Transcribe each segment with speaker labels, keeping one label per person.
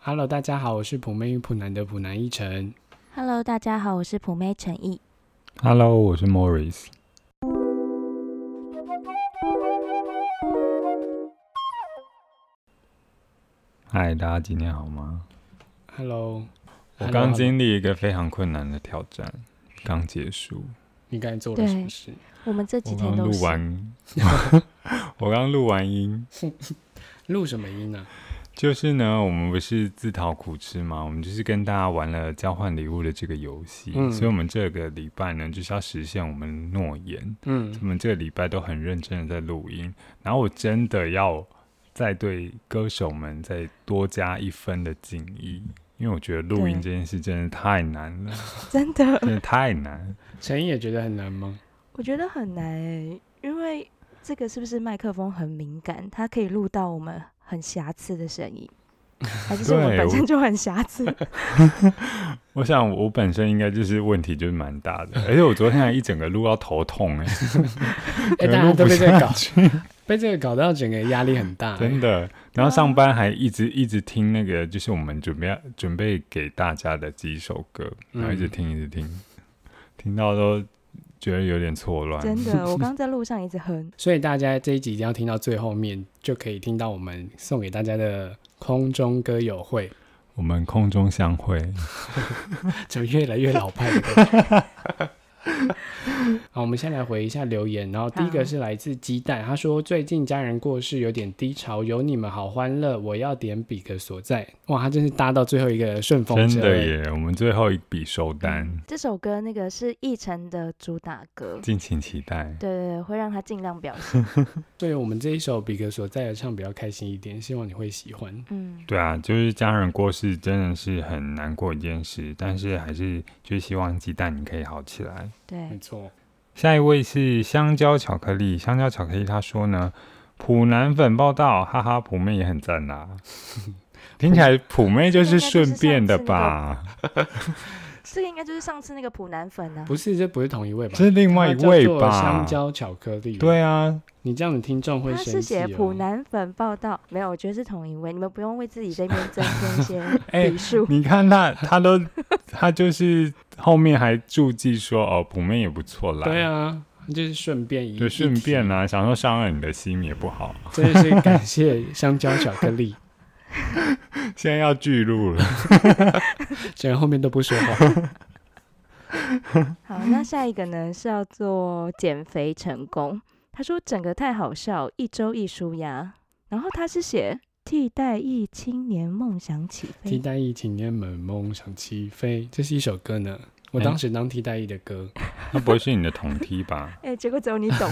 Speaker 1: Hello，大家好，我是普妹与普男的普男一晨。
Speaker 2: Hello，大家好，我是普妹陈毅。
Speaker 3: Hello，我是 Morris。嗨，大家今天好吗？
Speaker 1: Hello，
Speaker 3: 我
Speaker 1: Hello，
Speaker 3: 刚
Speaker 1: hello
Speaker 3: 经历一个非常困难的挑战，刚结束。
Speaker 1: 你刚才做了什么事？
Speaker 2: 我们这
Speaker 3: 我
Speaker 2: 几天
Speaker 3: 刚
Speaker 2: 都
Speaker 3: 录
Speaker 2: 是
Speaker 3: 完，我刚录完音，
Speaker 1: 录什么音啊呢、
Speaker 3: 就是呢，我们不是自讨苦吃嘛，我们就是跟大家玩了交换礼物的这个游戏，
Speaker 1: 嗯
Speaker 3: 所以我们这个礼拜呢，就是要实现我们诺言。
Speaker 1: 嗯
Speaker 3: 我们这个礼拜都很认真的在录音，然后我真的要再对歌手们再多加一分的敬意，因为我觉得录音
Speaker 2: 对
Speaker 3: 这件事真的太难了，
Speaker 2: 真的，
Speaker 3: 真的太难。
Speaker 1: 陈毅也觉得很难吗？
Speaker 2: 我觉得很难诶、因为这个是不是麦克风很敏感，它可以录到我们很瑕疵的声音，还是是我们
Speaker 3: 对
Speaker 2: 本
Speaker 3: 我
Speaker 2: 身就很瑕疵？
Speaker 3: 我想我本身应该就是问题就是蛮大的，而且我昨天还一整个录到头痛 哎、
Speaker 1: 哎、大
Speaker 3: 可能
Speaker 1: 家
Speaker 3: 录
Speaker 1: 都
Speaker 3: 不
Speaker 1: 被这个
Speaker 3: 下
Speaker 1: 搞，
Speaker 3: 去，
Speaker 1: 被这个搞到整个压力很大、
Speaker 3: 真
Speaker 1: 的，
Speaker 3: 的。然
Speaker 1: 啊
Speaker 3: 后上班还一直一直听那个，就是我们准备要准备给大家的几首歌，然后一直
Speaker 1: 嗯
Speaker 3: 听一直听，听到都觉得有点错乱。
Speaker 2: 真的，我刚在路上一直哼，
Speaker 1: 所以大家这一集一定要听到最后面，就可以听到我们送给大家的空中歌友会，
Speaker 3: 我们空中相会，
Speaker 1: 怎么越来越老派的感觉？ 好，我们先来回一下留言。然后第一个
Speaker 2: 好
Speaker 1: 是来自鸡蛋，他说最近家人过世有点低潮，有你们好欢乐，我要点彼个所在。哇，他真是搭到最后一个顺风
Speaker 3: 真
Speaker 1: 车，哎
Speaker 3: 的耶！我们最后一笔收单，
Speaker 2: 这首歌那个是奕晨的主打歌，
Speaker 3: 敬请期待。
Speaker 2: 对对对，会让他尽量表现。
Speaker 1: 对我们这一首《比格所在》的唱比较开心一点，希望你会喜欢。
Speaker 2: 嗯，
Speaker 3: 对啊，就是家人过世真的是很难过一件事，但是还是就是希望鸡蛋你可以好起来。
Speaker 1: 没
Speaker 2: 对，
Speaker 1: 错，
Speaker 3: 下一位是香蕉巧克力，香蕉巧克力他说呢，普男粉报道，哈哈，普妹也很赞啦。听起来普妹就是顺便的吧？
Speaker 2: 这个应该就是上次那个普男粉啊，
Speaker 1: 不是，这不是同一位吧？
Speaker 3: 这是另外一
Speaker 1: 它
Speaker 3: 位
Speaker 1: 叫做
Speaker 3: 吧？
Speaker 1: 香蕉巧克力。，
Speaker 3: 对啊，
Speaker 1: 你这样的听众会
Speaker 2: 他
Speaker 1: 生
Speaker 2: 是
Speaker 1: 气、
Speaker 2: 写
Speaker 1: 哦。
Speaker 2: 普男粉报道，没有，我觉得是同一位，你们不用为自己这边增添一些
Speaker 3: 哎
Speaker 2: 笔 数。
Speaker 3: 你看他，他都他就是后面还注记说哦，普妹也不错啦。
Speaker 1: 对，啊，就是顺便一
Speaker 3: 就顺便啊
Speaker 1: 啦、
Speaker 3: 啦、想说伤了你的心也不好。
Speaker 1: 真的是感谢香蕉巧克力，
Speaker 3: 现在要巨录了，
Speaker 1: 整个后面都不说话。
Speaker 2: 好， 那下一个呢是要做减肥成功。他说整个太好笑，一周一舒压。然后他是写替代役青年梦想起
Speaker 1: 替
Speaker 2: 飞，
Speaker 1: 代役青年们梦想起飞，这是一首歌呢。
Speaker 3: 哎
Speaker 1: 我当时当替代役的歌，
Speaker 3: 那不会是你的同梯吧？
Speaker 2: 哎、结果只有你 懂。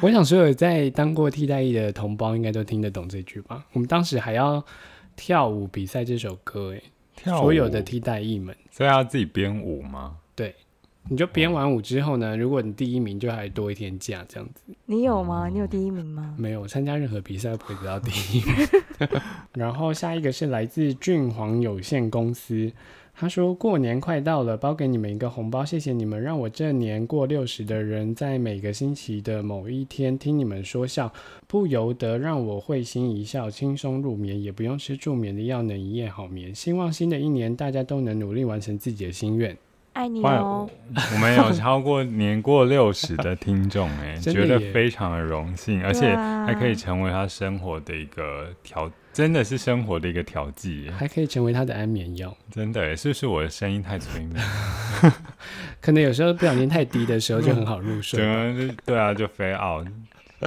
Speaker 1: 我想所有在当过替代役的同胞应该都听得懂这句吧？我们当时还要跳舞比赛这首歌，哎，
Speaker 3: 跳舞
Speaker 1: 所有的替代役们，
Speaker 3: 所以要自己编舞吗？
Speaker 1: 你就编完舞之后呢，如果你第一名就还多一天假，这样子
Speaker 2: 你有吗？你有第一名吗？
Speaker 1: 没有参加任何比赛不会得到第一名。 然后下一个是来自俊皇有限公司，他说过年快到了，包给你们一个红包，谢谢你们让我这年过六十的人在每个星期的某一天听你们说笑，不由得让我会心一笑，轻松入眠，也不用吃助眠的药，能一夜好眠。希望新的一年大家都能努力完成自己的心愿。
Speaker 2: 爱你
Speaker 3: 换
Speaker 2: 哦。
Speaker 3: 我们有超过年过六十的听众哎、
Speaker 1: 真的
Speaker 3: 觉得
Speaker 1: 耶
Speaker 3: 非常的荣幸，而
Speaker 2: 对
Speaker 3: 且
Speaker 2: 啊
Speaker 3: 还可以成为他生活的一个调，真的是生活的一个调剂耶，
Speaker 1: 还可以成为他的安眠药。
Speaker 3: 真的耶、是不是我的声音太催眠？
Speaker 1: 可能有时候不小心太低的时候就很好入
Speaker 3: 整
Speaker 1: 睡。
Speaker 3: 个就对啊，就飞 out，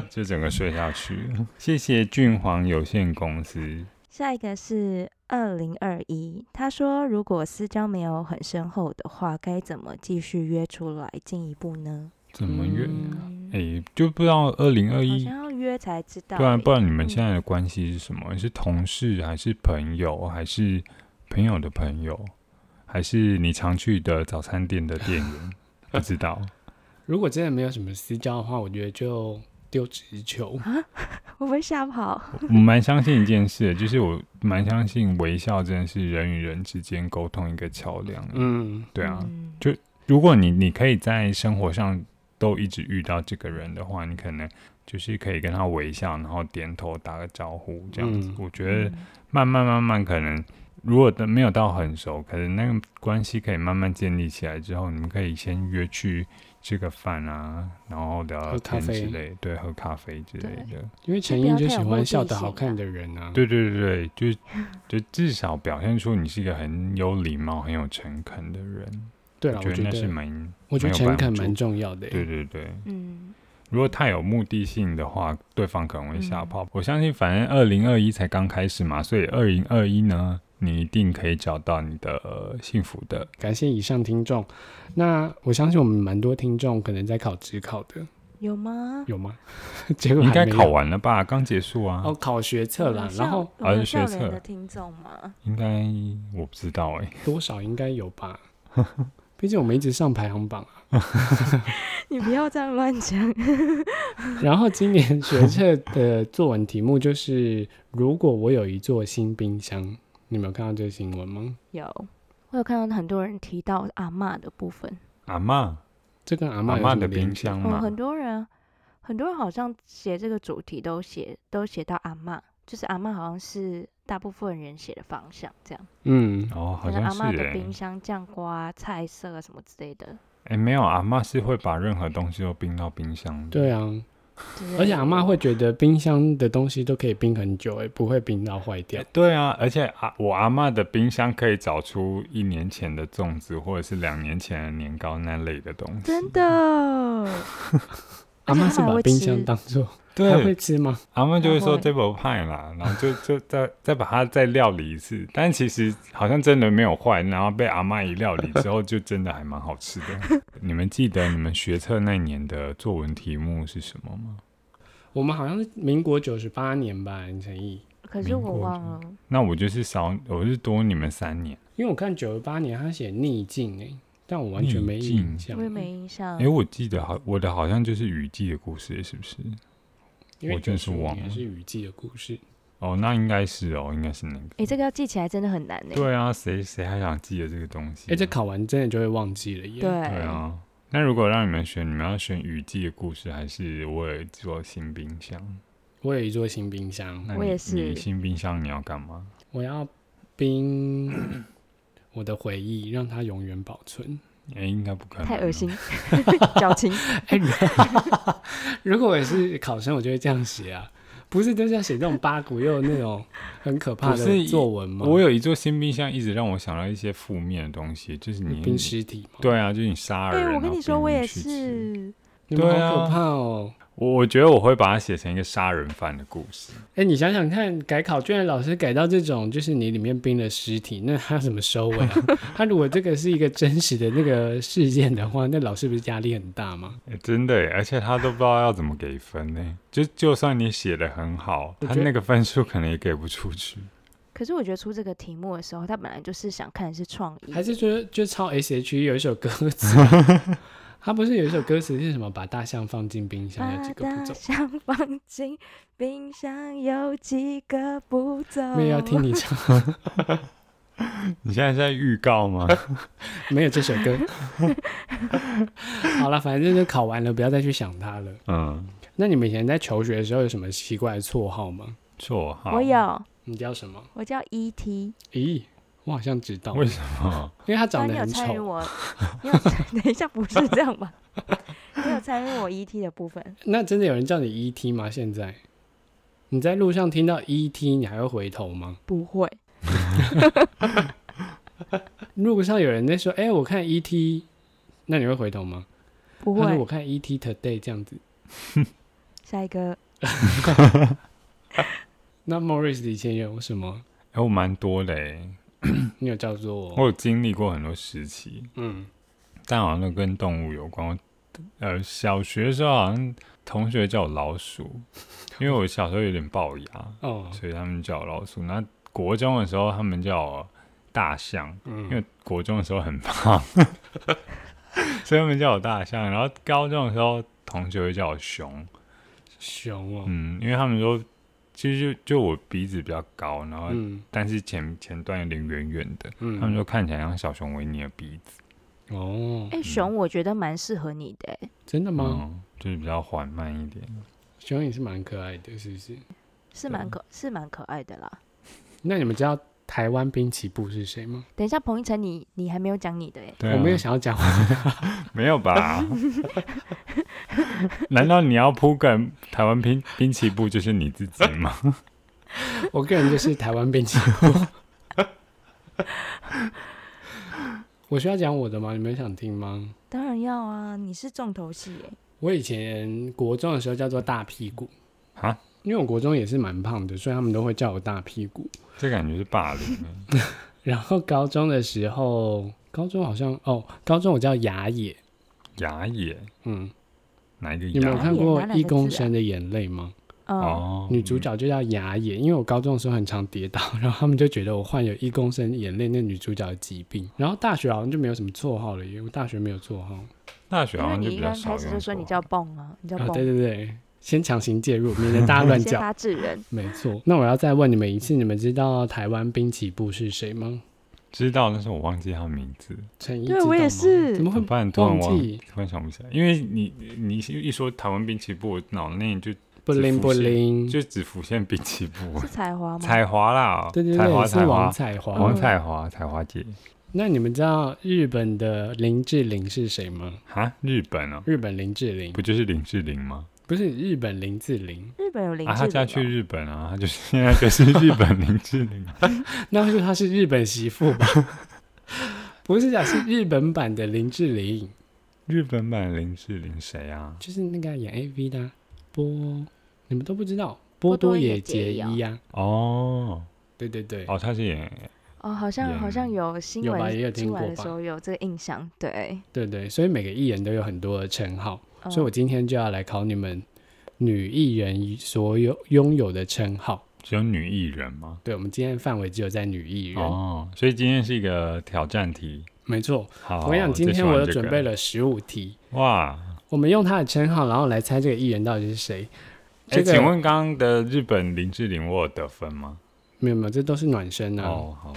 Speaker 3: 就整个睡下去 了。谢谢俊皇有限公司，
Speaker 2: 下一个是二零二一，他说如果私交没有很深厚的话，该怎么继续约出来进一步呢？
Speaker 3: 怎么约？
Speaker 2: 嗯，
Speaker 3: 哎、就不知道二零二
Speaker 2: 好
Speaker 3: 一
Speaker 2: 像要约才知道耶。
Speaker 3: 对啊，哎不然你们现在的关系是什么？是同事，还是朋友，还是朋友的朋友，还是你常去的早餐店的店员？不知道，
Speaker 1: 如果真的没有什么私交的话，我觉得就丢直球。
Speaker 2: 啊会不会吓跑？
Speaker 3: 我蛮相信一件事的，就是我蛮相信微笑真的是人与人之间沟通一个桥梁。嗯，
Speaker 1: 嗯，
Speaker 3: 对啊，
Speaker 2: 嗯
Speaker 3: 如果你你可以在生活上都一直遇到这个人的话，你可能就是可以跟他微笑，然后点头打个招呼这样子。
Speaker 1: 嗯
Speaker 3: 我觉得慢慢慢慢可能。如果都没有到很熟，可能那个关系可以慢慢建立起来之后，你们可以先约去吃个饭啊，然后聊聊
Speaker 1: 喝咖
Speaker 3: 天之
Speaker 1: 啡
Speaker 3: 类，对，喝咖啡之类的。
Speaker 1: 因为陈
Speaker 2: 不
Speaker 1: 英
Speaker 2: 要
Speaker 1: 就
Speaker 2: 太
Speaker 1: 喜
Speaker 2: 有
Speaker 1: 欢
Speaker 2: 目
Speaker 1: 笑
Speaker 2: 的
Speaker 1: 得好
Speaker 2: 性
Speaker 1: 看
Speaker 2: 啊
Speaker 1: 的人啊。
Speaker 3: 对对对，对就就至少表现出你是一个很有礼貌、很有诚恳的人。
Speaker 1: 对了，
Speaker 3: 我
Speaker 1: 我
Speaker 3: 觉得
Speaker 1: 觉
Speaker 3: 那是
Speaker 1: 得
Speaker 3: 蛮，
Speaker 1: 我觉得
Speaker 3: 蛮
Speaker 1: 诚恳
Speaker 3: 有帮助
Speaker 1: 蛮重要的欸。
Speaker 3: 对对对。
Speaker 2: 嗯，
Speaker 3: 如果太有目的性的话，对方可能会吓
Speaker 1: 嗯
Speaker 3: 跑。我相信，反正二零二一才刚开始嘛，所以二零二一呢，你一定可以找到你的、呃幸福的。
Speaker 1: 感谢以上听众。那我相信我们蛮多听众可能在考职考的，
Speaker 2: 有吗？
Speaker 1: 有吗？ 结果
Speaker 3: 应该
Speaker 1: 还没有
Speaker 3: 考完了吧？刚结束啊，
Speaker 1: 哦，考学测啦
Speaker 2: 有，校
Speaker 1: 然后
Speaker 3: 还
Speaker 2: 有
Speaker 3: 是
Speaker 2: 有校
Speaker 3: 学
Speaker 2: 园
Speaker 3: 测
Speaker 2: 的听众 吗？
Speaker 3: 应该我不知道哎、
Speaker 1: 多少应该有吧。 毕竟我们一直上排行榜啊。
Speaker 2: 你不要这样乱讲。
Speaker 1: 然后今年学测的作文题目就是“如果我有一座新冰箱”，你们有看到这个新闻吗？
Speaker 2: 有，我有看到很多人提到阿嬷的部分，
Speaker 3: 阿嬷，
Speaker 1: 这跟阿
Speaker 3: 阿
Speaker 1: 嬷有
Speaker 3: 嬷
Speaker 1: 什么
Speaker 3: 的
Speaker 1: 连
Speaker 3: 冰
Speaker 1: 结
Speaker 3: 箱
Speaker 2: 哦，
Speaker 3: 嘛，
Speaker 2: 很多人，很多人好像写这个主题都写都写到阿嬷，就是阿嬷好像是大部分人写的方向，这样，
Speaker 1: 嗯，
Speaker 3: 哦，好
Speaker 2: 可能
Speaker 3: 像
Speaker 2: 阿
Speaker 3: 是
Speaker 2: 嬷
Speaker 3: 哎、
Speaker 2: 的冰箱酱瓜、菜色啊什么之类的。
Speaker 3: 哎、没有，阿嬷是会把任何东西都冰到冰箱的。
Speaker 1: 对啊，
Speaker 2: 之类
Speaker 1: 而且阿
Speaker 2: 的
Speaker 1: 嬷会觉得冰箱的东西都可以冰很久、欸，不会冰到坏掉
Speaker 2: 呃
Speaker 3: 欸。对啊，而且啊，我阿嬷的冰箱可以找出一年前的粽子，或者是两年前的年糕那类的东西。
Speaker 2: 真的，
Speaker 1: 阿嬷是
Speaker 2: 而且他们还
Speaker 1: 把
Speaker 2: 会
Speaker 1: 冰箱
Speaker 2: 吃
Speaker 1: 当做，她会
Speaker 3: 对，
Speaker 1: 吃吗？
Speaker 3: 阿嬷就会说
Speaker 2: 然后
Speaker 3: 这不派啦，然后就 就再再把它再料理一次。但其实好像真的没有坏，然后被阿嬷一料理之后，就真的还蛮好吃的。你们记得你们学测那年的作文题目是什么吗？
Speaker 1: 我们好像是民国九十八年吧，林晨毅，
Speaker 2: 可是
Speaker 3: 民
Speaker 2: 我
Speaker 3: 国
Speaker 2: 忘
Speaker 3: 是
Speaker 2: 了。
Speaker 3: 那我就是少，我是多你们三年。
Speaker 1: 因为我看九十八年他写逆境哎、欸但我完全没
Speaker 3: 逆境
Speaker 1: 印象
Speaker 2: 我，也没印象。
Speaker 3: 哎、我记得好，我的好像就是雨季的故事，是不是？
Speaker 1: 因为
Speaker 3: 我真是
Speaker 1: 95
Speaker 3: 忘
Speaker 1: 年
Speaker 3: 了
Speaker 1: 是雨季的故事。
Speaker 3: 哦，那应该是哦，应该是那个。
Speaker 2: 哎、这个要记起来真的很难呢、
Speaker 3: 对啊，谁谁还想记得这个东西、
Speaker 1: 哎、这考完真的就会忘记了耶。
Speaker 2: 对，
Speaker 3: 对啊。那如果让你们选，你们要选雨季的故事，还是我有一座新冰箱？
Speaker 1: 我有一座新冰箱，
Speaker 3: 那
Speaker 2: 我
Speaker 3: 你
Speaker 2: 也是
Speaker 3: 你新冰箱你要干嘛？
Speaker 1: 我要冰我的回忆，让它永远保存。
Speaker 3: 哎、应该不可能。
Speaker 2: 太 恶心。，矫情。
Speaker 1: 哎、你如果我是考生，我就会这样写啊，不是就是要写这种八股又那种很可怕
Speaker 3: 不是
Speaker 1: 的作文吗？
Speaker 3: 我有一座新冰箱，一直让我想到一些负面的东西，就是
Speaker 1: 你
Speaker 3: 你
Speaker 1: 嗯冰尸体吗？
Speaker 3: 对啊，就是你杀
Speaker 2: 哎、
Speaker 3: 了人。
Speaker 2: 我跟你说，我也
Speaker 3: 然后冰进去吃。
Speaker 2: 是。
Speaker 1: 你们
Speaker 3: 对啊
Speaker 1: 好可怕哦！
Speaker 3: 我我觉得我会把它写成一个杀人犯的故事。
Speaker 1: 哎、你想想看，改考卷的老师改到这种，就是你里面冰了尸体，那他怎么收尾 啊？他如果这个是一个真实的那个事件的话，那老师不是压力很大吗？
Speaker 3: 欸、真的耶，而且他都不知道要怎么给分呢。就就算你写的很好，
Speaker 1: 我
Speaker 3: 他
Speaker 1: 觉得
Speaker 3: 那个分数可能也给不出去。
Speaker 2: 可是我觉得出这个题目的时候，他本来就是想看的是创意，
Speaker 1: 还是说就抄 S H E 有一首歌词，啊 他不是有一首歌词是什么？把大象放进冰箱有
Speaker 2: 把
Speaker 1: 几个
Speaker 2: 啊大
Speaker 1: 步骤？
Speaker 2: 象放进冰箱有几个步骤？
Speaker 1: 没有要听你唱，
Speaker 3: 你现在是在预告吗？
Speaker 1: 没有这首歌。好了，反正就考完了，不要再去想它了。
Speaker 3: 嗯，
Speaker 1: 那你们以前在求学的时候有什么奇怪的绰号吗？
Speaker 3: 绰号
Speaker 2: 我，有，
Speaker 1: 你叫什么？
Speaker 2: 我叫 E ET。
Speaker 1: 咦，我好像知道，
Speaker 3: 为
Speaker 1: 因
Speaker 3: 什么？
Speaker 1: 为他
Speaker 2: 那
Speaker 1: 长得
Speaker 2: 你有
Speaker 1: 很
Speaker 2: 参与
Speaker 1: 丑。
Speaker 2: 我？你有等一下，不是这样吧？你有参与我 ET 的部分？
Speaker 1: 那真的有人叫你 ET 吗？现在你在路上听到 ET，你还会回头吗？
Speaker 2: 不会，
Speaker 1: 路上有人在说：“哎、我看 ET。”那你会回头吗？
Speaker 2: 不
Speaker 1: 他说：“我
Speaker 2: 会。
Speaker 1: 看 ET Today 这样子。
Speaker 2: 下一个，”
Speaker 1: 那 Morris 以前有什么？
Speaker 3: 哎、我蛮多的耶，
Speaker 1: 你有叫做我？
Speaker 3: 我有经历过很多时期，
Speaker 1: 嗯，
Speaker 3: 但好像都跟动物有关。我呃，小学的时候好像同学叫我老 鼠，因为我小时候有点龅牙，
Speaker 1: 哦，
Speaker 3: 所以他们叫我老鼠。那国中的时候，他们叫我大象。
Speaker 1: 嗯，
Speaker 3: 因为国中的时候很胖， 所以他们叫我大象。然后高中的时候，同学会叫我熊，
Speaker 1: 熊哦，
Speaker 3: 嗯，因为他们说，其实就就我鼻子比较高，然后、
Speaker 1: 嗯
Speaker 3: 但是前前端有点圆圆的，
Speaker 1: 嗯，
Speaker 3: 他们说看起来像小熊维尼的鼻子，
Speaker 1: 哦，
Speaker 2: 哎、熊，我觉得蛮适合你的、欸。
Speaker 3: 嗯
Speaker 1: 真的吗？
Speaker 3: 嗯，就是比较缓慢一点。
Speaker 1: 熊也是蛮可爱的，是不是？
Speaker 2: 是蛮可是蛮可爱的啦。
Speaker 1: 那你们知道台湾滨崎步是谁吗？
Speaker 2: 等一下，彭一晨，你你还没有讲你的哎、
Speaker 3: 对、啊，
Speaker 1: 我没有想要讲，
Speaker 3: 没有 吧？难道你要铺梗台湾滨滨崎步就是你自己吗？
Speaker 1: 我个人就是台湾滨崎步。 我需要讲我的吗？你们想听吗？
Speaker 2: 当然要啊，你是重头戏哎、
Speaker 1: 我以前国中的时候叫做大屁股，
Speaker 3: 啊，
Speaker 1: 因为我国中也是蛮胖的，所以他们都会叫我大屁股。
Speaker 3: 这感觉是霸凌欸。
Speaker 1: 然后高中的时候，高中好像哦，高中我叫雅野，
Speaker 3: 牙野，
Speaker 1: 嗯，
Speaker 3: 哪一个
Speaker 1: 你们有
Speaker 3: 牙？
Speaker 1: 看过
Speaker 2: 雅野
Speaker 1: 《
Speaker 2: 哪两个
Speaker 1: 一公
Speaker 2: 字啊
Speaker 1: 升的眼泪》吗？
Speaker 2: 哦，
Speaker 3: 哦，
Speaker 1: 女主角就叫雅野，因为我高中的时候很常跌倒， 然后他们就觉得我患有一公升眼泪那女主角的疾病。然后大学好像就没有什么绰号了耶，因为大学没有绰号。
Speaker 3: 大学
Speaker 2: 因
Speaker 3: 好
Speaker 2: 为
Speaker 3: 像啊
Speaker 2: 你
Speaker 3: 就比
Speaker 2: 一
Speaker 3: 较
Speaker 2: 刚
Speaker 3: 少
Speaker 2: 开始就
Speaker 3: 用
Speaker 2: 说你
Speaker 3: 过
Speaker 2: 叫蹦啊，你叫
Speaker 1: 啊
Speaker 2: 蹦，，
Speaker 1: 对对对，先强行介入，免得大家乱
Speaker 2: 先
Speaker 1: 叫。
Speaker 2: 发制人。
Speaker 1: 没错。那我要再问你们一次，你们知道台湾滨崎步是谁吗？
Speaker 3: 知道，但是我忘记他的名字，
Speaker 1: 陈一，
Speaker 2: 对我也是
Speaker 1: 怎么
Speaker 3: 怎
Speaker 1: 会
Speaker 3: 么办？突然
Speaker 1: 忘
Speaker 3: 忘，
Speaker 1: 记
Speaker 3: 突然想不起来，因为你你一说台湾滨崎步，我脑内就
Speaker 1: 不灵不灵？
Speaker 3: 就只浮现滨崎步
Speaker 2: 是、才华吗？
Speaker 3: 彩华啦，
Speaker 1: 对对
Speaker 3: 彩华
Speaker 1: 对，是
Speaker 3: 彩
Speaker 1: 王
Speaker 3: 华
Speaker 1: 彩华。
Speaker 3: 王彩华彩华姐
Speaker 1: 那你们知道日本的林志玲是谁吗？
Speaker 3: 哈，日本哦，
Speaker 1: 日本林志玲
Speaker 3: 不就是林志玲吗？
Speaker 1: 不是日本林志玲，
Speaker 2: 日本有林
Speaker 3: 啊，
Speaker 2: 志
Speaker 3: 他
Speaker 2: 玲
Speaker 3: 家
Speaker 2: 哦
Speaker 3: 去日本啊，他 就是现在就是日本林志玲，
Speaker 1: 那是她是日本媳妇吧？ 不是啊，是日本版的林志玲，
Speaker 3: 日本版林志玲谁啊？
Speaker 1: 就是那个演 AV 的啊波，你们都不知道波多野结衣啊？
Speaker 3: 哦
Speaker 1: 对对对，
Speaker 3: 哦，他是演
Speaker 2: 哦，好像好像有新
Speaker 1: 有吧也有
Speaker 2: 闻
Speaker 1: 听
Speaker 2: 出来
Speaker 1: 过
Speaker 2: 的
Speaker 1: 吧
Speaker 2: 时候有这个印象，对。
Speaker 1: 对对，所以每个艺人都有很多的称号，
Speaker 3: 哦
Speaker 2: 嗯
Speaker 1: 所以我今天就要来考你们女艺人所有拥有的称号。
Speaker 3: 只有女艺人吗？
Speaker 1: 对，我们今天范围只有在女艺人，
Speaker 3: 哦，所以今天是一个挑战题。
Speaker 1: 没错。
Speaker 3: 好，
Speaker 1: 我跟你讲，
Speaker 3: 哦最
Speaker 1: 今
Speaker 3: 喜
Speaker 1: 天
Speaker 3: 欢
Speaker 1: 我有
Speaker 3: 这
Speaker 1: 准
Speaker 3: 个
Speaker 1: 备了十五题，
Speaker 3: 哇！
Speaker 1: 我们用他的称号，然后来猜这个艺人到底是谁。
Speaker 3: 哎、
Speaker 1: 这个
Speaker 3: 请问刚刚的日本林志玲，我有得分吗？
Speaker 1: 没有没有，这都是暖身啊。
Speaker 3: 哦，好，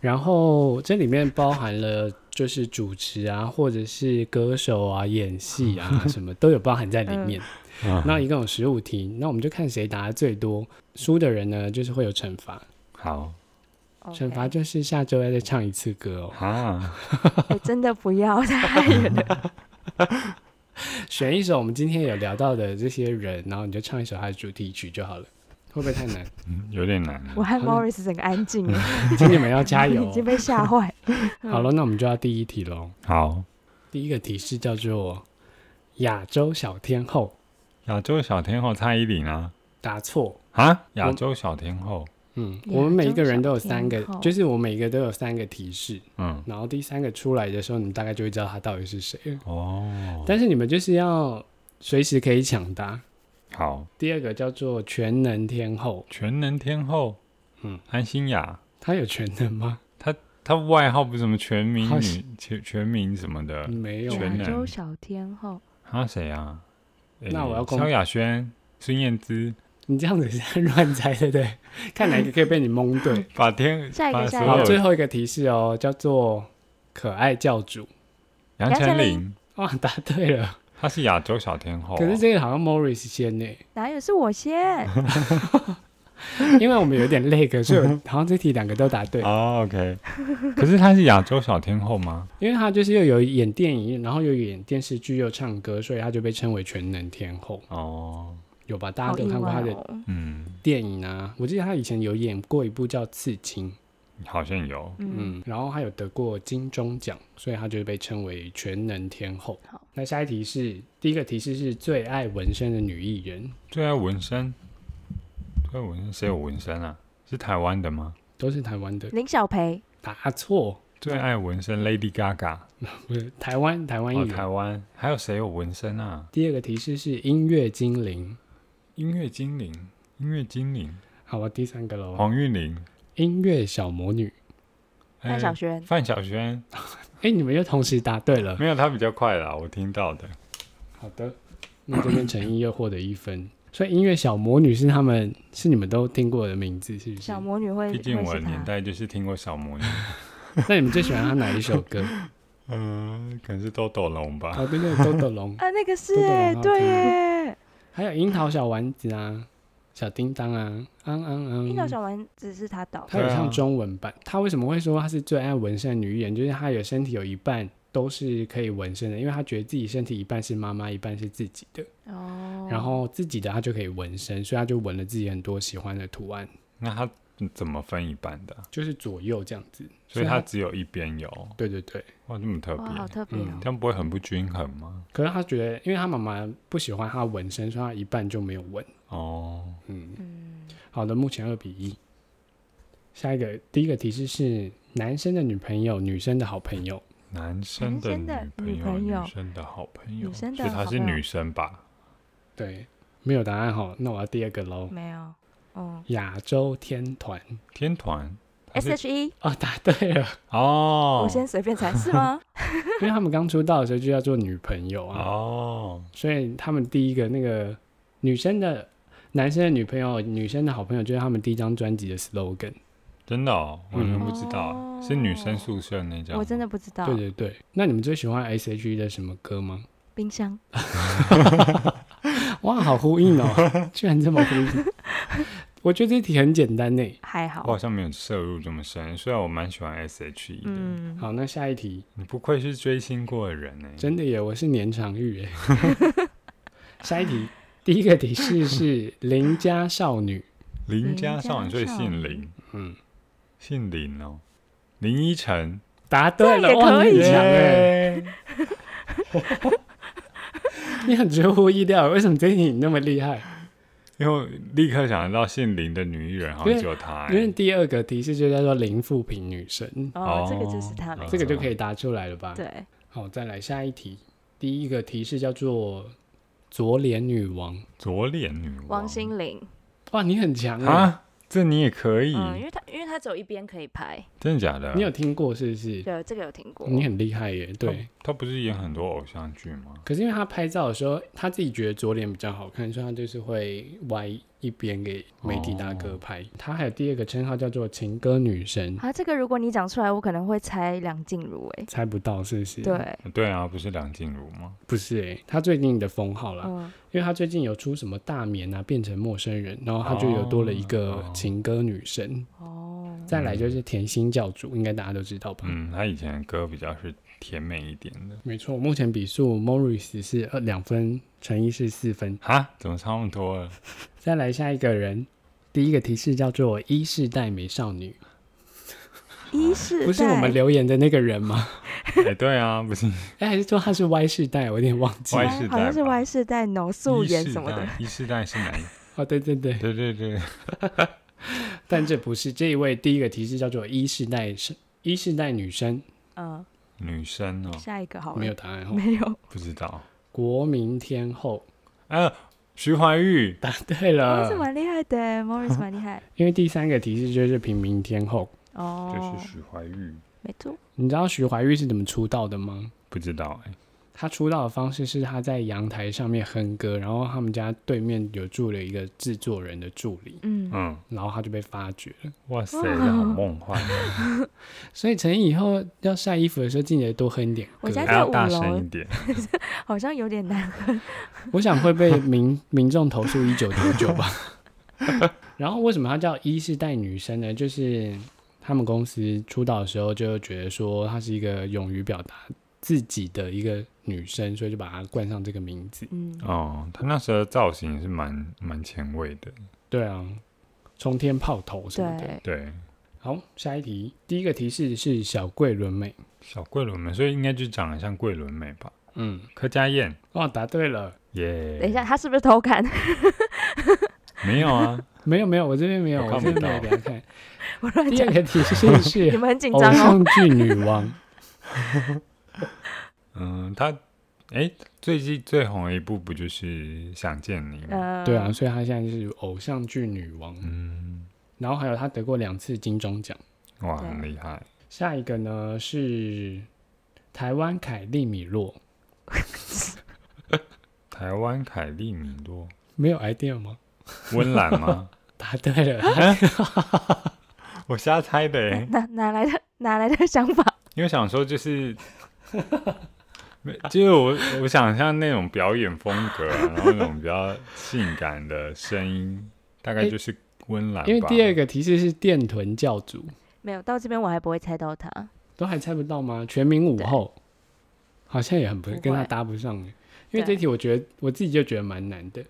Speaker 1: 然后这里面包含了就是主持啊，或者是歌手啊、演戏啊什么都有包含在里面。
Speaker 3: 嗯
Speaker 1: 那一共有十五题，那我们就看谁答的最多，输的人呢就是会有惩罚，
Speaker 3: 好
Speaker 2: 哦 OK
Speaker 1: 惩罚就是下周要再唱一次歌哦。
Speaker 3: 啊，
Speaker 2: 哎真的不要太远了。
Speaker 1: 选一首我们今天有聊到的这些人，然后你就唱一首他的主题曲就好了，会不会太难？
Speaker 3: 嗯有点难。
Speaker 2: 我 和 Morris 整个安静了，
Speaker 1: 请你们要 加油
Speaker 2: 已经
Speaker 1: 哦。
Speaker 2: 被吓坏。
Speaker 1: 好了，那我们就要第一题喽。
Speaker 3: 好，
Speaker 1: 第一个提示叫做亚洲小天后，
Speaker 3: 亚洲小天后蔡依林啊
Speaker 1: 答错。
Speaker 3: 啊，亚洲小天后，
Speaker 1: 嗯，
Speaker 2: 亚洲
Speaker 1: 我们每一个人都有三个
Speaker 2: 小天，后
Speaker 1: 就是我每一个都有三个提示，
Speaker 3: 嗯，
Speaker 1: 然后第三个出来的时候，你们大概就会知道他到底是谁了。
Speaker 3: 哦，
Speaker 1: 但是你们就是要随时可以抢答。
Speaker 3: 好，
Speaker 1: 第二个叫做全能天后，
Speaker 3: 全能天后，
Speaker 1: 嗯
Speaker 3: 嗯，安心雅，
Speaker 1: 她有全能吗？
Speaker 3: 她外号不是什么全民
Speaker 1: 好
Speaker 3: 女全全民什么的
Speaker 1: 没有。
Speaker 3: 嗯
Speaker 1: 啊
Speaker 3: 全
Speaker 2: 亚
Speaker 3: 能
Speaker 2: 洲小天后，
Speaker 3: 啊？谁啊？诶
Speaker 1: 那我要公
Speaker 3: 萧亚轩、孙燕姿，
Speaker 1: 你这样子是在乱猜，对不对？看哪一个可以被你蒙对。
Speaker 3: 把天
Speaker 2: 下一个
Speaker 3: 把
Speaker 2: 下
Speaker 3: 所
Speaker 2: 一个
Speaker 1: 好，
Speaker 3: 有
Speaker 1: 最后一个提示哦，叫做可爱教主。
Speaker 3: 杨
Speaker 2: 杨丞
Speaker 3: 丞
Speaker 2: 琳
Speaker 3: 琳，
Speaker 1: 哇，答对了。
Speaker 3: 她是亚洲小天后啊，
Speaker 1: 可是这个好像 Morris 先欸呢。
Speaker 2: 哪有是我先？
Speaker 1: 因为我们有点累，可是我好像这题两个都答对，
Speaker 3: 哦，OK，可是她是亚洲小天后吗？
Speaker 1: 因为她就是又有演电影，然后又有演电视剧，又唱歌，所以她就被称为全能天后，
Speaker 3: 哦，
Speaker 1: 有吧？大家
Speaker 2: 好
Speaker 1: 都有
Speaker 2: 意
Speaker 1: 看过她
Speaker 2: 外
Speaker 1: 的
Speaker 2: 哦。
Speaker 3: 嗯，
Speaker 1: 电影啊，我记得她以前有演过一部叫《刺青》，
Speaker 3: 好像有，
Speaker 2: 嗯，
Speaker 1: 嗯，然后她有得过金钟奖，所以她就被称为全能天后
Speaker 2: 好。
Speaker 1: 那下一题是第一个提示是最爱纹身的女艺人，
Speaker 3: 最爱纹身，最爱纹身，谁有纹身啊？是台湾的吗？
Speaker 1: 都是台湾的，
Speaker 2: 林小培，
Speaker 1: 答错，
Speaker 3: 最爱纹身 Lady Gaga，
Speaker 1: 不是台湾台湾艺
Speaker 3: 哦，
Speaker 1: 人。
Speaker 3: 台湾，还有谁有纹身啊？
Speaker 1: 第二个提示是音乐精灵，
Speaker 3: 音乐精灵，音乐精灵，
Speaker 1: 好吧，第三个喽，
Speaker 3: 黄韵玲，
Speaker 1: 音乐小魔女。
Speaker 2: 范
Speaker 3: 哎
Speaker 2: 晓萱，
Speaker 3: 范晓萱，
Speaker 1: 哎、你们又同时答对了。
Speaker 3: 没有，她比较快啦，我听到的。
Speaker 1: 好的，那这边陈毅又获得一分。所以音乐小魔女是他们是你们都听过的名字，是不是
Speaker 2: 小？魔女会
Speaker 3: 毕竟
Speaker 2: 会
Speaker 3: 我的
Speaker 2: 嗯是
Speaker 3: 年
Speaker 2: 她。
Speaker 3: 代就是听过小魔女，
Speaker 1: 那你们最喜欢他哪一首 歌？
Speaker 3: 嗯，可能是豆豆龙吧。
Speaker 1: 哦，对对，豆豆龙。
Speaker 2: 啊，那个是
Speaker 1: 豆豆很好啊
Speaker 2: 哎，对
Speaker 1: 听
Speaker 2: 耶，
Speaker 1: 还有樱桃小丸子啊，小叮当啊，昂昂昂。
Speaker 2: 樱桃小丸子是他导
Speaker 1: 它
Speaker 2: 的，
Speaker 1: 有
Speaker 3: 对啊
Speaker 1: 上中文版。它为什么会说它是最爱纹身的女艺人？就是她有身体有一半都是可以纹身的，因为她觉得自己身体一半是妈妈，一半是自己的，
Speaker 2: 哦，
Speaker 1: 然后自己的她就可以纹身，所以她就纹了自己很多喜欢的图案，
Speaker 3: 那它怎么分一半的啊？
Speaker 1: 就是左右这样子。
Speaker 3: 所以它
Speaker 1: 它
Speaker 3: 只有一边有，
Speaker 1: 对对对，
Speaker 3: 哇，这么特别
Speaker 2: 哇，，好特别哦
Speaker 1: 嗯，
Speaker 3: 这样不会很不均衡吗？
Speaker 1: 可是她觉得，因为她妈妈不喜欢她的纹身，所以她一半就没有纹。
Speaker 3: 哦，
Speaker 1: 嗯，
Speaker 2: 嗯，
Speaker 1: 好的，目前二比一。下一个第一个提示是男生的女朋友，女生的好朋友。
Speaker 3: 男生的
Speaker 2: 男生的
Speaker 3: 女
Speaker 2: 女
Speaker 3: 朋
Speaker 2: 朋
Speaker 3: 友，
Speaker 2: 友
Speaker 3: 女生的好朋友，
Speaker 2: 女生的
Speaker 3: 所以她
Speaker 2: 好
Speaker 3: 是
Speaker 2: 朋友
Speaker 3: 女生吧？
Speaker 1: 对，没有答案哈，那我要第二个喽。
Speaker 2: 没有，哦
Speaker 1: 亚洲天团
Speaker 3: 天团她
Speaker 2: ，S H
Speaker 3: 是
Speaker 2: E，
Speaker 1: 啊、答对 了，
Speaker 3: 哦，
Speaker 2: 我先随便猜是 吗？
Speaker 1: 因为他们刚出道的时候就叫做女朋友啊，
Speaker 3: 哦，
Speaker 1: 所以他们第一个那个女生的、男生的女朋友、女生的好朋友，就是他们第一张专辑的 slogan。
Speaker 3: 真的哦，我
Speaker 1: 嗯
Speaker 3: 真不知道，欸
Speaker 2: 哦
Speaker 3: 是女生宿舍那张吗，
Speaker 2: 我真的不知道
Speaker 1: 对，对对，那你们最喜欢 S.H.E 的什么歌吗？
Speaker 2: 冰箱，
Speaker 1: 哇，好呼应哦， 居然这么呼应。我觉得这题很简单呢。
Speaker 2: 还
Speaker 3: 我
Speaker 2: 好
Speaker 3: 好，像没有摄入这么深，虽然我蛮喜欢 S.H.E 的，
Speaker 2: 嗯，
Speaker 1: 好，那下一题，
Speaker 3: 你不愧是追星过的人欸呢、
Speaker 1: 真的耶，我是年长玉 耶。下一题，第一个提示 是邻家少女，
Speaker 3: 林家少
Speaker 2: 林家
Speaker 3: 女，所以姓
Speaker 2: 少女
Speaker 3: 林，
Speaker 1: 嗯，
Speaker 3: 姓林哦，林依晨，
Speaker 1: 答对
Speaker 2: 这
Speaker 1: 了，
Speaker 2: 也
Speaker 1: 哇，
Speaker 2: 可
Speaker 1: 你
Speaker 2: 以
Speaker 1: 很强哎。
Speaker 3: 耶
Speaker 1: 你很出乎意料，为什么这一题你那么厉害？
Speaker 3: 因为我立刻想到姓林的女艺人好像只有她、
Speaker 1: 因为
Speaker 3: 欸，
Speaker 1: 第二个提示就叫做零负评女神，
Speaker 2: 哦，这个就是他，
Speaker 3: 哦
Speaker 2: 没
Speaker 1: 这个
Speaker 2: 错
Speaker 1: 就可以答出来了吧？。
Speaker 2: 对，
Speaker 1: 好，再来下一题。第一个提示叫做左脸女王。
Speaker 3: 左脸女
Speaker 2: 王心凌，
Speaker 1: 哇，你很强啊！
Speaker 3: 啊，这你也可以，
Speaker 2: 嗯，因为他因为他只有一边可以拍，
Speaker 3: 真的假的？
Speaker 1: 你有听过是不是？
Speaker 2: 对，这个有听过，
Speaker 1: 你很厉害耶，对。
Speaker 3: 她不是演很多偶像剧吗？
Speaker 1: 可是因为她拍照的时候，她自己觉得左脸比较好看，所以她就是会歪一边给媒体大哥拍。她还有第二个称号叫做情歌女神，
Speaker 2: 啊，这个如果你讲出来，我可能会猜梁静茹哎，
Speaker 1: 猜不到是不是？，
Speaker 2: 对，
Speaker 3: 对啊，不是梁静茹吗？
Speaker 1: 不是诶，她最近的封号啦，
Speaker 2: 嗯，
Speaker 1: 因为他最近有出什么大眠啊，变成陌生人，然后他就有多了一个情歌女神。
Speaker 2: 哦，
Speaker 1: 再来就是甜心教主，应该大家都知道吧？
Speaker 3: 嗯，她以前的歌比较是甜美一点的。
Speaker 1: 没错，目前比数 Morris 是呃两分，陈毅是四分。
Speaker 3: 哈，怎么差那么多啊了？
Speaker 1: 再来下一个人，第一个提示叫做一世代美少女，
Speaker 2: 一世代
Speaker 1: 不是我们留言的那个人吗？
Speaker 3: 哎、对啊，不是
Speaker 1: 哎、还是说他是 Y 世代？我有点忘记。
Speaker 3: Y 世代吧
Speaker 2: 好像是 Y 世代 no 素
Speaker 3: 一
Speaker 2: 颜
Speaker 3: 世
Speaker 2: 什么的
Speaker 3: 代，一世代是哪一？
Speaker 1: 哦，对对对，
Speaker 3: 对对对，
Speaker 1: 但这不是这一位。第一个提示叫做一世代是一世代女生，
Speaker 2: 嗯，
Speaker 3: 女生哦，
Speaker 2: 下一个好了，
Speaker 1: 没有答案哦。
Speaker 2: 没有，
Speaker 3: 不知道。
Speaker 1: 国民天后，
Speaker 3: 啊，徐怀钰，
Speaker 1: 答对
Speaker 2: 哦，
Speaker 1: 了
Speaker 2: 是。蛮厉害的，Morris 欸蛮厉 害，
Speaker 1: 因为第三个提示就是平民天后。
Speaker 2: 哦
Speaker 3: 就，是徐怀钰，
Speaker 2: 没错，
Speaker 1: 你知道徐怀钰是怎么出道的吗？
Speaker 3: 不知道哎、
Speaker 1: 她出道的方式是她在阳台上面哼歌，然后他们家对面有住了一个制作人的助理，
Speaker 2: 嗯，
Speaker 3: 嗯，
Speaker 1: 然后她就被发掘了。
Speaker 3: 哇
Speaker 2: 哦
Speaker 3: 塞，这好梦幻哦。
Speaker 1: 所以陈毅以后要晒衣服的时候，记得多哼一点歌
Speaker 2: 我。家
Speaker 3: 还
Speaker 2: 在
Speaker 3: 要
Speaker 2: 五
Speaker 3: 大
Speaker 2: 楼欸
Speaker 3: 声一点。
Speaker 2: 好像有 点难，
Speaker 1: 我想会被民 民众投诉一九九九吧。 然后为什么她叫一世代女生呢？就是他们公司出道的时候就觉得说她是一个勇于表达自己的一个女生，所以就把她冠上这个名字。
Speaker 2: 嗯，
Speaker 3: 哦，他那时候的造型是蛮蛮前卫的。
Speaker 1: 对啊，冲天炮头什么的。
Speaker 2: 对，
Speaker 3: 对，
Speaker 1: 好，下一题，第一个提示是小桂纶镁。
Speaker 3: 小桂纶镁，所以应该就长得像桂纶镁吧？
Speaker 1: 嗯，
Speaker 3: 柯佳燕，
Speaker 1: 哇，答对了。
Speaker 3: 耶！
Speaker 2: 等一下，，他是不是偷看？
Speaker 3: 没有啊，
Speaker 1: 没有没有，我这边没有，
Speaker 3: 我
Speaker 1: 我
Speaker 3: 看
Speaker 1: 这
Speaker 3: 不
Speaker 1: 边没有给
Speaker 3: 到
Speaker 1: 他看。
Speaker 2: 我乱
Speaker 1: 第
Speaker 2: 讲
Speaker 1: 二，个提示
Speaker 2: 你
Speaker 1: 是
Speaker 2: 们 很紧
Speaker 1: 偶
Speaker 2: 张哦，
Speaker 1: 像剧女 王。
Speaker 3: 嗯，他，哎，最近最红的一部不就是《想见你》吗？
Speaker 2: 嗯，
Speaker 1: 对啊，，所以她现在是偶像剧女王。
Speaker 3: 嗯，
Speaker 1: 然后还有她得过两次金钟奖。
Speaker 3: 哇，
Speaker 2: 对
Speaker 3: 很厉害。
Speaker 1: 下一个呢是台湾凯利米洛，
Speaker 3: 台湾凯利米洛，
Speaker 1: 没有 idea 吗？
Speaker 3: 温岚吗？
Speaker 1: 答对了，
Speaker 3: 我瞎猜的哎，
Speaker 2: 哪哪来的哪来的想法？
Speaker 3: 因为想说就是就是我我想像那种表演风格啊，然后那种比较性感的声音，大概就是温岚吧。
Speaker 1: 因为第二个提示是电臀教主，
Speaker 2: 没有到这边我还不会猜到他，
Speaker 1: 都还猜不到吗？全民舞后好像也很不
Speaker 2: 不会
Speaker 1: 跟他搭不上耶因为这
Speaker 2: 对
Speaker 1: 题我觉得我自己就觉得蛮难的。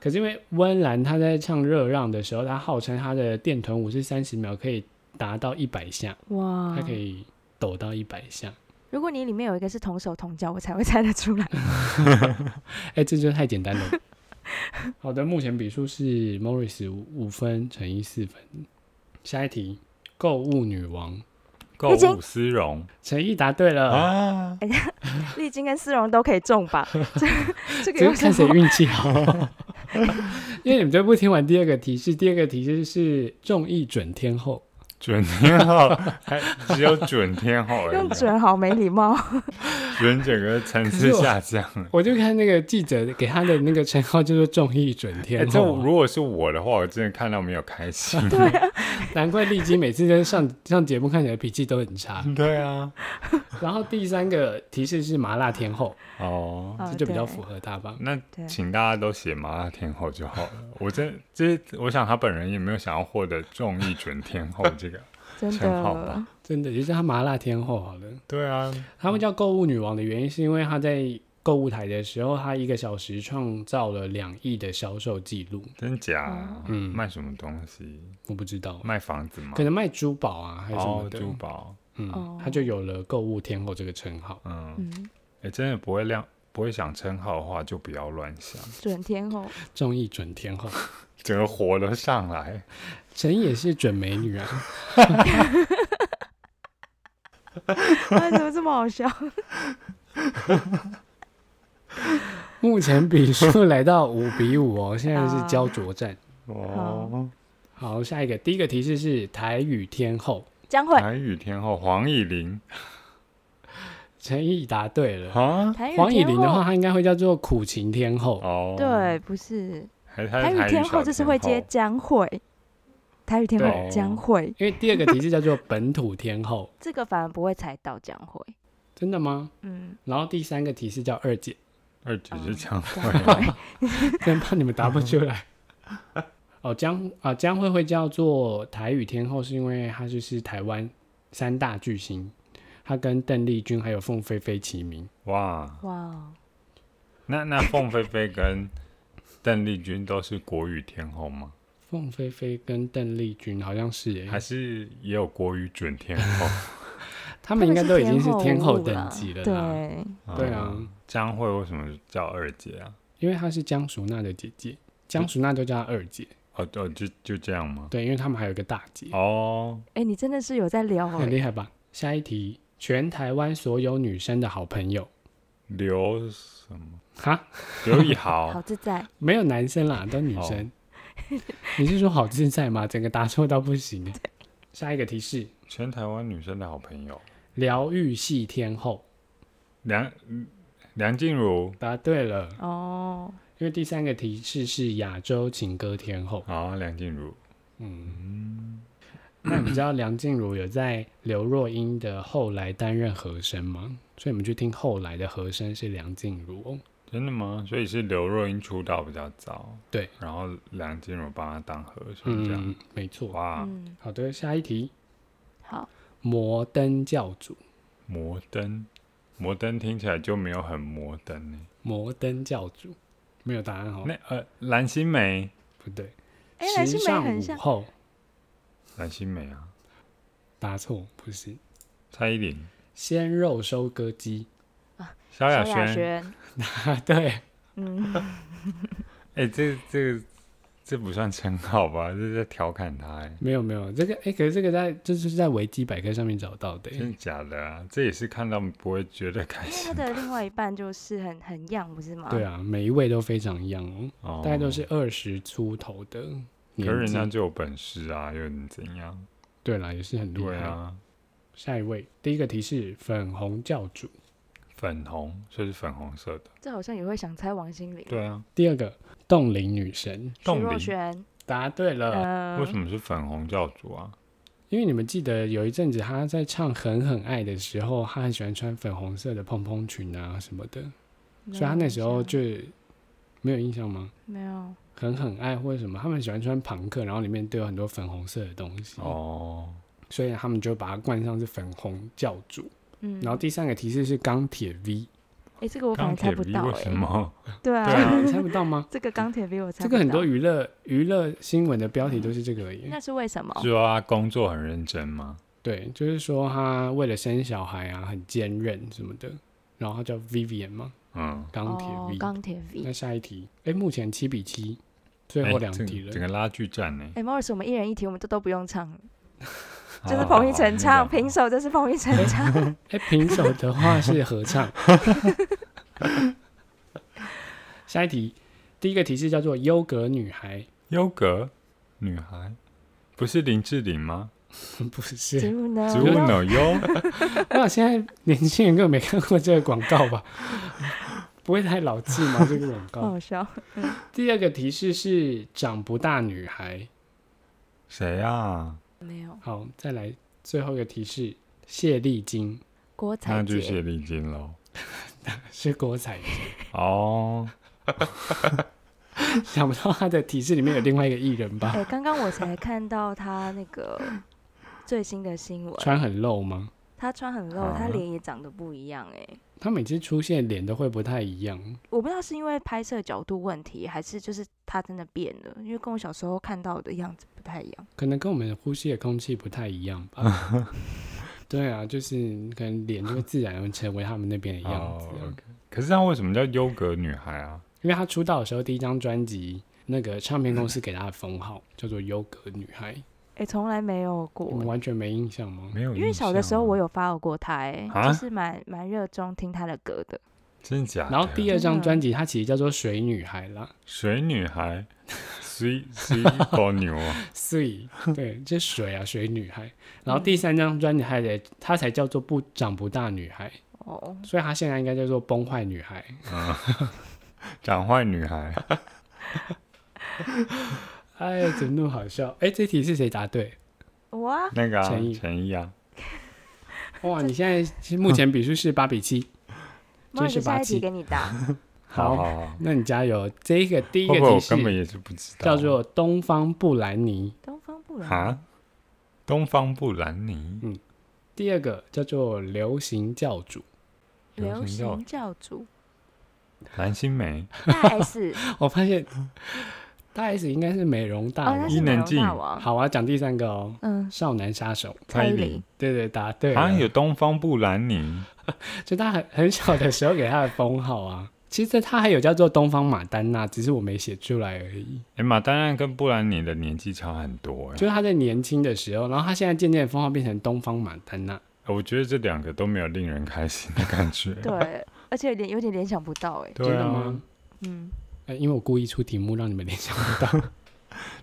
Speaker 1: 可是因为温岚她在唱《热让》的时候，她号称她的电臀舞是三十秒可以达到一百下，
Speaker 2: 哇
Speaker 1: 她可以抖到一百下。
Speaker 2: 如果你里面有一个是同手同脚，我才会猜 得出来。
Speaker 1: 哎、这就太简单了。好的，目前比数是 Morris 五五分，乘以四分。下一题，购物女王
Speaker 3: 购物丝绒
Speaker 1: 陈毅答对了，
Speaker 3: 啊，
Speaker 2: 丽晶跟丝绒都可以中 吧？这这个
Speaker 1: 这
Speaker 2: 有
Speaker 1: 个看
Speaker 2: 什
Speaker 1: 谁
Speaker 2: 么？
Speaker 1: 运气好。 因为你们都不听完第二个提示，第二个提示是众议准天后，
Speaker 3: 准天后还只有准天后而已
Speaker 1: 啊
Speaker 2: 用，准好没礼 貌。
Speaker 3: 准整个层次下降。
Speaker 1: 我就看那个记者给他的那个称号叫做众议准
Speaker 3: 哎、
Speaker 1: 天
Speaker 3: 这
Speaker 1: 后啊、
Speaker 3: 如果是我的话，我真的看到没有开心。
Speaker 1: 难怪丽姬每次在上上节目看起来脾气都很差。
Speaker 3: 对啊，
Speaker 1: 然后第三个提示是麻辣天后，
Speaker 3: 哦，
Speaker 2: 哦
Speaker 1: 这就比较
Speaker 2: 对
Speaker 1: 符合他吧。
Speaker 3: 那
Speaker 2: 对
Speaker 3: 请大家都写麻辣天后就好了。我真，这我想他本人也没有想要获得众议准天后这个。
Speaker 2: 真
Speaker 3: 称号吧
Speaker 2: 的，
Speaker 1: 真的，就叫她麻辣天后好了。
Speaker 3: 对啊，
Speaker 1: 他们叫购物女王的原因，是因为她在购物台的时候，她一个小时创造了两亿的销售记录。
Speaker 3: 真假、啊？
Speaker 1: 嗯
Speaker 3: 卖什么东西？
Speaker 1: 我不知道，
Speaker 2: 嗯
Speaker 3: 卖房子吗
Speaker 1: 可？能卖珠宝啊，还是什
Speaker 3: 哦
Speaker 1: 么，的。
Speaker 3: 珠宝，
Speaker 1: 嗯
Speaker 2: 哦，
Speaker 1: 她就有了购物天后这个称号。
Speaker 3: 嗯，哎、
Speaker 2: 嗯，
Speaker 3: 真的不会亮，不会想称号的话，就不要乱想，
Speaker 2: 准天后，
Speaker 1: 综艺准天后，
Speaker 3: 整个活了上来。
Speaker 1: 陈也是准美女啊。
Speaker 2: 哎，怎么这么好笑？
Speaker 1: 目前比 数来到五比五哦，现在是焦灼战。
Speaker 3: 哦，
Speaker 2: 啊
Speaker 1: 好，下一个第一个提示是台语天后，
Speaker 2: 江
Speaker 1: 啊
Speaker 2: 蕙，
Speaker 3: 台语天后黄以玲
Speaker 1: 陈毅答对了。
Speaker 3: 啊，
Speaker 2: 台语
Speaker 1: 黄以
Speaker 2: 天
Speaker 1: 玲的话，
Speaker 2: 后，
Speaker 1: 她应该会叫做苦情天后。
Speaker 3: 哦，，
Speaker 2: 对，不是
Speaker 3: 还是
Speaker 2: 台
Speaker 3: 台
Speaker 2: 语天后，
Speaker 3: 后
Speaker 2: 就是会接江蕙。台语天后
Speaker 1: 对
Speaker 2: 江蕙，
Speaker 1: 因为第二个提示叫做本土天后，
Speaker 2: 这个反而不会猜到江蕙。
Speaker 1: 真的吗？
Speaker 2: 嗯，
Speaker 1: 然后第三个提示叫二姐，
Speaker 3: 二姐呃是江
Speaker 2: 江
Speaker 3: 蕙，
Speaker 2: 蕙，
Speaker 1: 真怕你们答不出来。 哦，江啊、江蕙会叫做台语天后，是因为她就是台湾三大巨星，她跟邓丽君还有凤飞飞齐名。
Speaker 3: 哇，
Speaker 2: 哇哦，
Speaker 3: 那那凤飞飞跟邓丽君都是国语天后吗？
Speaker 1: 凤飞飞跟邓丽君好像是
Speaker 3: 还
Speaker 1: 耶，
Speaker 3: 是也有国语准天后？
Speaker 1: 他们应该都已经是
Speaker 2: 他们
Speaker 1: 天后
Speaker 2: 物
Speaker 1: 等
Speaker 2: 啦
Speaker 1: 级了啦。
Speaker 2: 对，
Speaker 1: 对啊
Speaker 3: 嗯，江蕙为什么叫二姐啊？
Speaker 1: 因为她是江淑娜的姐姐，江淑娜就叫她二姐。
Speaker 3: 哦哦，就就这样吗？
Speaker 1: 对，因为他们还有一个大姐，
Speaker 3: 哦，
Speaker 2: 哎，你真的是有在聊哎
Speaker 1: 很厉害吧？下一题，全台湾所有女生的好朋友。
Speaker 3: 刘什么？
Speaker 1: 哈，
Speaker 3: 刘 以
Speaker 2: 好
Speaker 3: 豪，
Speaker 2: 自在。
Speaker 1: 没有男生啦，都女生。 你是说好自在吗？ 整个答错到不行。下一个提示，
Speaker 3: 全台湾女生的好朋友，
Speaker 1: 疗愈系天后，
Speaker 3: 梁嗯梁静茹
Speaker 1: 答对了。
Speaker 2: 哦，
Speaker 1: 因为第三个提示是亚洲情歌天 后。
Speaker 3: 啊，梁静茹，
Speaker 1: 嗯，
Speaker 3: 嗯，
Speaker 1: 那你们知道梁静茹有在刘若英的后来担任和声吗？所以你们去听后来的和声是梁静茹哦。
Speaker 3: 真的吗？所以是刘若英出道比较早，
Speaker 1: 对，
Speaker 3: 然后梁静茹帮她当和声这样，
Speaker 1: 嗯，没错。
Speaker 3: 哇，
Speaker 2: 嗯，
Speaker 1: 好的，下一题，
Speaker 2: 好，
Speaker 1: 摩登教主，
Speaker 3: 摩登，摩登听起来就没有很摩登呢。
Speaker 1: 摩登教主，没有答案哦
Speaker 3: 那。呃，蓝心湄，
Speaker 1: 不对，
Speaker 2: 哎，蓝
Speaker 1: 时
Speaker 2: 心湄
Speaker 1: 尚
Speaker 2: 很
Speaker 1: 午
Speaker 2: 像，
Speaker 1: 后。
Speaker 3: 蓝心湄啊，
Speaker 1: 答错，不是
Speaker 3: 蔡依林，
Speaker 1: 鲜肉收割机
Speaker 3: 萧亚
Speaker 2: 萧
Speaker 3: 轩，
Speaker 2: 轩，
Speaker 1: 啊，对，
Speaker 2: 嗯，
Speaker 3: 哎、这这个这不算称号吧？这是在调侃他、哎，
Speaker 1: 没有没有这个，哎、可是这个在这就是在维基百科上面找到的、
Speaker 3: 真的假的啊？这也是看到不会觉得开
Speaker 2: 因 为他
Speaker 3: 心
Speaker 2: 的另外一半就是很很样，不是吗？
Speaker 1: 对啊，每一位都非常一样哦，
Speaker 3: 哦，
Speaker 1: 大概都是二十出头的
Speaker 3: 可是
Speaker 1: 年
Speaker 3: 人家
Speaker 1: 纪。
Speaker 3: 就有本事啊，又能怎样？
Speaker 1: 对啦，也是很厉
Speaker 3: 对
Speaker 1: 害。
Speaker 3: 啊，
Speaker 1: 下一位，第一个提示粉红教主，
Speaker 3: 粉红，所以是粉红色的。
Speaker 2: 这好像也会想猜王心凌、
Speaker 3: 对啊，
Speaker 1: 第二个冻龄女神，
Speaker 2: 徐
Speaker 3: 冻
Speaker 2: 若
Speaker 3: 龄
Speaker 2: 瑄，
Speaker 1: 答对了。
Speaker 2: 嗯，
Speaker 3: 为什么是粉红教主啊？
Speaker 1: 因为你们记得有一阵子他在唱《狠狠爱》的时候，他很喜欢穿粉红色的蓬蓬裙啊什么的，所以他那时候就没有印象吗？
Speaker 2: 没有。
Speaker 1: 狠狠爱或者什么，他们喜欢穿朋克，然后里面都有很多粉红色的东西，
Speaker 3: 哦，
Speaker 1: 所以他们就把它冠上是粉红教主。
Speaker 2: 嗯，
Speaker 1: 然后第三个提示是钢铁 V，
Speaker 2: 哎，这个我反
Speaker 3: 钢
Speaker 2: 而
Speaker 3: 铁
Speaker 2: 猜不
Speaker 3: V
Speaker 2: 到
Speaker 3: 为什
Speaker 2: 哎，
Speaker 3: 么？
Speaker 2: 对
Speaker 3: 对啊
Speaker 2: 啊，
Speaker 1: 你猜不到 吗？
Speaker 2: 这个钢铁 V 我猜
Speaker 1: 这
Speaker 2: 不
Speaker 1: 个很
Speaker 2: 到嗯
Speaker 1: 多娱乐娱乐新闻的标题都是这个而已。
Speaker 2: 那是为什么？
Speaker 3: 说他工作很认真吗？
Speaker 1: 对，就是说他为了生小孩啊，很坚韧什么的，然后他叫 Vivian 嘛，
Speaker 3: 嗯，
Speaker 1: 钢铁
Speaker 2: 哦
Speaker 1: V。
Speaker 2: 钢铁 V。
Speaker 1: 那下一题，哎，目前七比七，最后两
Speaker 3: 哎这
Speaker 1: 题了。
Speaker 3: 整个拉锯战 呢，
Speaker 2: 哎、m o r r i s 我们一人一题，我们都都不用唱了，
Speaker 3: 好
Speaker 2: 就是彭昱
Speaker 3: 好
Speaker 2: 晨
Speaker 3: 好
Speaker 2: 唱，
Speaker 3: 好
Speaker 2: 平手就是彭昱晨唱。
Speaker 1: 哎，平手的话是合 唱。下一题，第一个提示叫做“优格女孩
Speaker 3: 优格女孩不是林志玲吗？”，
Speaker 1: 不
Speaker 2: 植
Speaker 1: 是？
Speaker 2: 物呢？
Speaker 3: 植物奶优，
Speaker 1: 那现在年轻人根本没看过这个广告吧？不会太老气 吗？这个广告。
Speaker 2: 好笑。
Speaker 1: 第二个提示是“长不大女孩
Speaker 3: 谁啊？
Speaker 2: 没有”。，
Speaker 1: 好，再来最后一个提示，谢丽金
Speaker 2: 郭采
Speaker 3: 那就
Speaker 2: 洁
Speaker 3: 谢丽金喽。
Speaker 1: 是郭采洁。
Speaker 3: 哦，
Speaker 1: 想不到她的提示里面有另外一个艺人吧
Speaker 2: 哎、？刚刚我才看到他那个最新的新闻，
Speaker 1: 穿很露吗？
Speaker 2: 他穿很露，
Speaker 3: 啊
Speaker 2: 他脸也长得不一样、哎，
Speaker 1: 她每次出现脸都会不太一样。
Speaker 2: 我不知道是因为拍摄角度问题，还是就是他真的变了，因为跟我小时候看到的样子不太一样。
Speaker 1: 可能跟我们呼吸的空气不太一样吧。 对啊，就是可能脸就会自然而然成为他们那边的样子啊、
Speaker 3: 哦，OK 可是她为什么叫优格女孩啊？
Speaker 1: 因为她出道的时候第一张专辑，那个唱片公司给她的封 号叫做“优格女孩
Speaker 2: 哎、从来没有”，
Speaker 1: 你们
Speaker 2: 过。
Speaker 1: 完全没印象吗？
Speaker 3: 哦没有印象啊，
Speaker 2: 因为小的时候我有 follow 过他、哎、
Speaker 3: 啊
Speaker 2: 就是蛮蛮热衷听他的歌的。
Speaker 3: 真假的，
Speaker 1: 然后第二张
Speaker 2: 真的
Speaker 1: 专辑，它其实叫做《水女孩》啦，
Speaker 3: 水 女孩，水水波牛啊，
Speaker 1: 水，对，这水啊，水女孩。然后第三张专辑还得，它才叫做不长不大女孩，
Speaker 2: 哦，
Speaker 1: 所以她现在应该叫做崩坏女孩。
Speaker 3: 嗯，长坏女孩，
Speaker 1: 哎，怎么那么好笑？哎，这题是谁答对？
Speaker 2: 我啊，
Speaker 3: 那个啊
Speaker 1: 陈毅
Speaker 3: 陈毅啊，
Speaker 1: 哇，你现在是目前比数是八比七，
Speaker 2: 莫
Speaker 1: 真
Speaker 2: 里
Speaker 1: 是
Speaker 2: 斯下
Speaker 1: 霸
Speaker 2: 一
Speaker 1: 气
Speaker 2: 题给你 答。
Speaker 3: 嗯好
Speaker 1: 好
Speaker 3: 好好，
Speaker 1: 那你加油。这一个第
Speaker 3: 会
Speaker 1: 一
Speaker 3: 不
Speaker 1: 个
Speaker 3: 会我
Speaker 1: 提示
Speaker 3: 根本也是不知道？
Speaker 1: 叫做东方布兰妮，
Speaker 2: 东方不老，
Speaker 3: 啊，东方布兰妮，
Speaker 1: 第二个叫做流行教主。
Speaker 2: 流
Speaker 3: 流行教
Speaker 2: 行教 主，
Speaker 3: 蓝心湄，
Speaker 2: 大 S，
Speaker 1: 我发现大 S 应该是美容
Speaker 2: 哦，
Speaker 1: 大
Speaker 2: 他
Speaker 1: 王。
Speaker 2: 是美容
Speaker 3: 伊能静
Speaker 2: 大王，
Speaker 1: 好，我要讲第三个哦，
Speaker 2: 嗯，
Speaker 1: 少男杀手。
Speaker 3: 蔡依
Speaker 2: 依
Speaker 3: 林，
Speaker 1: 对对，答对啊
Speaker 3: 好
Speaker 1: 了。
Speaker 3: 像有东方布兰妮，
Speaker 1: 就他很很小的时候给他的封号啊。其实他还有叫做东方马丹娜，只是我没写出来而已。
Speaker 3: 哎马丹娜跟布兰妮的年纪差很多哎
Speaker 1: 就、是他在年轻的时候，然后他现在渐渐封号变成东方马丹娜。
Speaker 3: 我觉得这两个都没有令人开心的感 觉，
Speaker 2: 对，而且有点有点联想不到哎，
Speaker 1: 真
Speaker 3: 对
Speaker 1: 的
Speaker 3: 啊
Speaker 1: 吗，？
Speaker 2: 嗯，
Speaker 1: 哎，因为我故意出题目让你们联 想不到。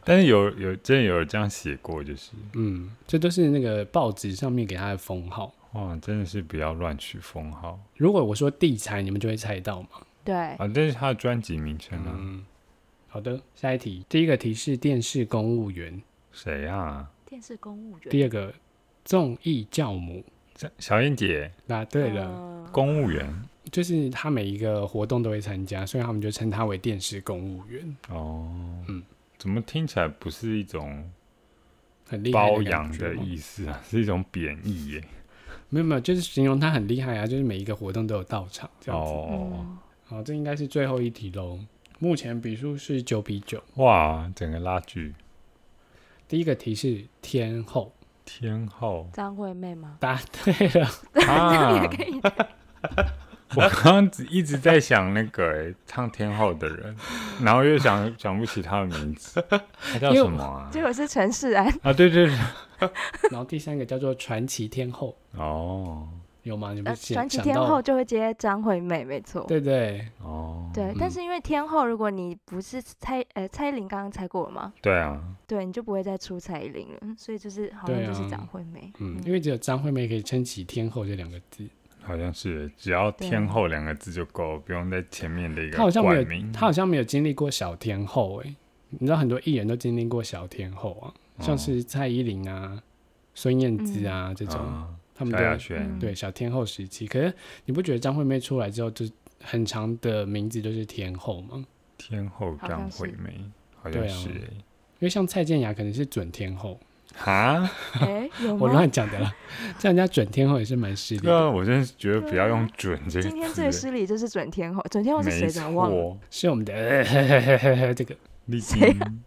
Speaker 3: 但是有有真的有这样写过，就是
Speaker 1: 嗯，这都是那个报纸上面给他的封号。
Speaker 3: 哇，真的是不要乱取封号
Speaker 1: 如果我说地才，你们就会猜到嘛。
Speaker 2: 对，
Speaker 3: 啊，这是他的专辑名称啊，
Speaker 1: 嗯，好的，下一题。第一个题是电视公务员，
Speaker 3: 谁啊？
Speaker 2: 电视公务员，
Speaker 1: 第二个综艺教母。
Speaker 3: 这小燕姐，
Speaker 1: 答对了，
Speaker 2: 嗯
Speaker 3: 公务员
Speaker 1: 就是他每一个活动都会参加，所以他们就称他为电视公务员，
Speaker 3: 哦，
Speaker 1: 嗯
Speaker 3: 怎么听起来不是一种
Speaker 1: 很厉害
Speaker 3: 包
Speaker 1: 的
Speaker 3: 养
Speaker 1: 感觉
Speaker 3: 的
Speaker 1: 吗
Speaker 3: 意思 啊，是一种贬义耶。
Speaker 1: 没有没有，就是形容他很厉害啊，就是每一个活动都有到场这样子。
Speaker 3: 哦，
Speaker 2: 嗯
Speaker 1: 好，这应该是最后一题喽。目前比数是九比九。
Speaker 3: 哇，整个拉锯
Speaker 1: 第一个题是天后，
Speaker 3: 天 后
Speaker 2: 张惠妹吗？
Speaker 1: 答对了。
Speaker 3: 啊！
Speaker 2: 也可以，
Speaker 3: 我刚刚一直在想那个诶唱天后的人，然后又想想不起他的 名字，他叫
Speaker 1: 因为
Speaker 3: 什么啊？
Speaker 2: 结果是陈世安，
Speaker 3: 啊，对对对，
Speaker 1: 然后第三个叫做传奇天后，
Speaker 3: 哦
Speaker 1: 有吗？你
Speaker 2: 呃
Speaker 1: 们想
Speaker 2: 传奇
Speaker 1: 想
Speaker 2: 天
Speaker 1: 到
Speaker 2: 后就会接张惠妹，没错。
Speaker 1: 对对，
Speaker 3: 哦，
Speaker 2: 对，
Speaker 1: 嗯
Speaker 2: 但是因为天后，如果你不是蔡呃蔡依林刚刚猜过了吗？
Speaker 3: 对啊，
Speaker 2: 对，你就不会再出蔡依林了，所以就是好像
Speaker 1: 对
Speaker 2: 就是
Speaker 1: 啊
Speaker 2: 张惠妹。
Speaker 1: 嗯，因为只有张惠妹可以撑起“天后”这两个字，
Speaker 3: 好像是只要
Speaker 2: 对
Speaker 3: 天后两个字就够了，不用在前面的一个
Speaker 1: 她好像没有
Speaker 3: 冠名。
Speaker 1: 她好像没有经历过小天欸后哎、你知道很多艺人都经历过小天后啊，像
Speaker 3: 哦
Speaker 1: 是蔡依林啊、孙燕姿啊、这种，
Speaker 3: 啊，
Speaker 1: 他们
Speaker 3: 萧
Speaker 1: 都
Speaker 3: 亚轩
Speaker 2: 嗯，
Speaker 1: 对小天后时期。可是你不觉得张惠妹出来之后，就很长的名字都是天后吗？
Speaker 3: 天后张惠妹，好
Speaker 1: 像
Speaker 3: 像
Speaker 1: 是
Speaker 3: 是欸
Speaker 1: 对啊因为像蔡健雅可能是准天后，
Speaker 3: 哎，哈，
Speaker 2: 哎、有吗？
Speaker 1: 我乱讲的啦，叫人家准天后也是蛮失礼
Speaker 3: 对
Speaker 1: 的。
Speaker 3: 啊，我真的觉得不要用准这个
Speaker 2: 啊今天
Speaker 1: 欸
Speaker 2: 最
Speaker 3: 词，
Speaker 2: 失礼就是准天后，准天后是谁？
Speaker 3: 没
Speaker 2: 怎么忘了？
Speaker 3: 错，
Speaker 1: 是我们的、呃、 这个，
Speaker 3: 丽
Speaker 2: 谁
Speaker 3: 晶，